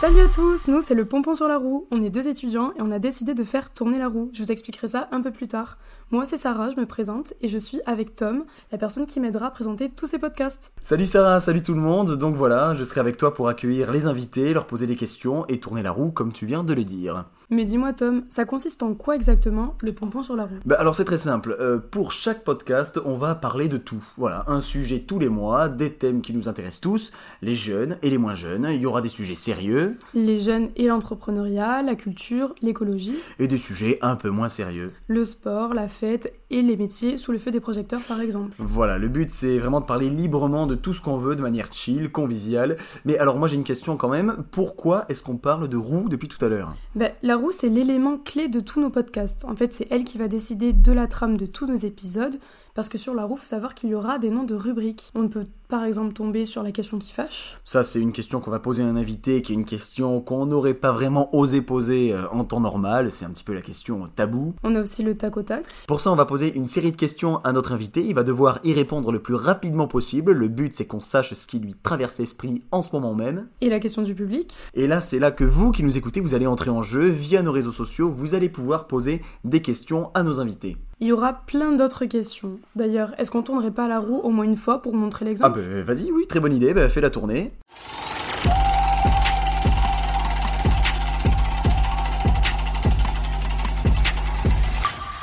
Salut à tous, nous c'est le pompon sur la roue. On est deux étudiants et on a décidé de faire tourner la roue. Je vous expliquerai ça un peu plus tard. Moi c'est Sarah, je me présente et je suis avec Tom, la personne qui m'aidera à présenter tous ces podcasts. Salut Sarah, salut tout le monde. Donc voilà, je serai avec toi pour accueillir les invités, leur poser des questions et tourner la roue comme tu viens de le dire. Mais dis-moi Tom, ça consiste en quoi exactement le pompon sur la roue Bah alors c'est très simple. Euh, pour chaque podcast, on va parler de tout. Voilà, un sujet tous les mois, des thèmes qui nous intéressent tous, les jeunes et les moins jeunes. Il y aura des sujets sérieux Les jeunes et l'entrepreneuriat, la culture, l'écologie, et des sujets un peu moins sérieux. le sport, la fête et les métiers sous le feu des projecteurs par exemple. Voilà, le but c'est vraiment de parler librement de tout ce qu'on veut de manière chill, conviviale. Mais alors moi j'ai une question quand même, pourquoi est-ce qu'on parle de roue depuis tout à l'heure Ben, la roue, c'est l'élément clé de tous nos podcasts. En fait, c'est elle qui va décider de la trame de tous nos épisodes, parce que sur la roue, faut savoir qu'il y aura des noms de rubriques. On peut par exemple tomber sur la question qui fâche, Ça c'est une question qu'on va poser à un invité, qui est une question qu'on n'aurait pas vraiment osé poser euh, en temps normal, c'est un petit peu la question tabou. on a aussi le tac au tac, Pour ça on va poser une série de questions à notre invité, il va devoir y répondre le plus rapidement possible, le but c'est qu'on sache ce qui lui traverse l'esprit en ce moment même. et la question du public, Et là, c'est là que vous qui nous écoutez, vous allez entrer en jeu via nos réseaux sociaux, vous allez pouvoir poser des questions à nos invités. il y aura plein d'autres questions. D'ailleurs, est-ce qu'on tournerait pas la roue au moins une fois pour montrer Ah l'exemple ben vas-y, oui, très bonne idée, ben, fais la tournée.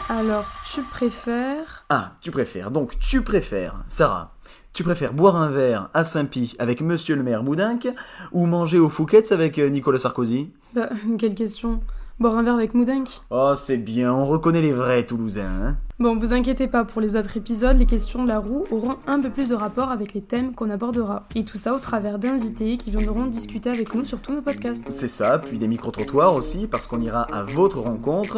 Alors, tu préfères... Ah, tu préfères, donc tu préfères, Sarah, tu préfères boire un verre à Saint-Pi avec Monsieur le maire Moudinque ou manger au Fouquet's avec euh, Nicolas Sarkozy Bah, quelle question Boire un verre avec Moudinque Oh, c'est bien, on reconnaît les vrais Toulousains, hein Bon, vous inquiétez pas, pour les autres épisodes, les questions de la roue auront un peu plus de rapport avec les thèmes qu'on abordera. Et tout ça au travers d'invités qui viendront discuter avec nous sur tous nos podcasts. C'est ça, puis des micro-trottoirs aussi, parce qu'on ira à votre rencontre,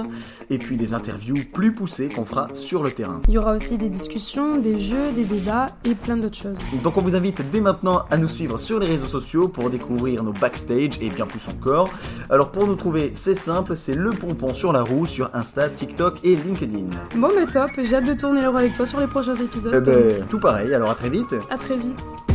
et puis des interviews plus poussées qu'on fera sur le terrain. Il y aura aussi des discussions, des jeux, des débats et plein d'autres choses. Donc on vous invite dès maintenant à nous suivre sur les réseaux sociaux pour découvrir nos backstage et bien plus encore. Alors pour nous trouver, c'est simple, c'est le pompon sur la roue sur Insta, TikTok et LinkedIn. Bon, bah top, j'ai hâte de tourner la roue avec toi sur les prochains épisodes. Eh ben, tout pareil, alors à très vite À très vite.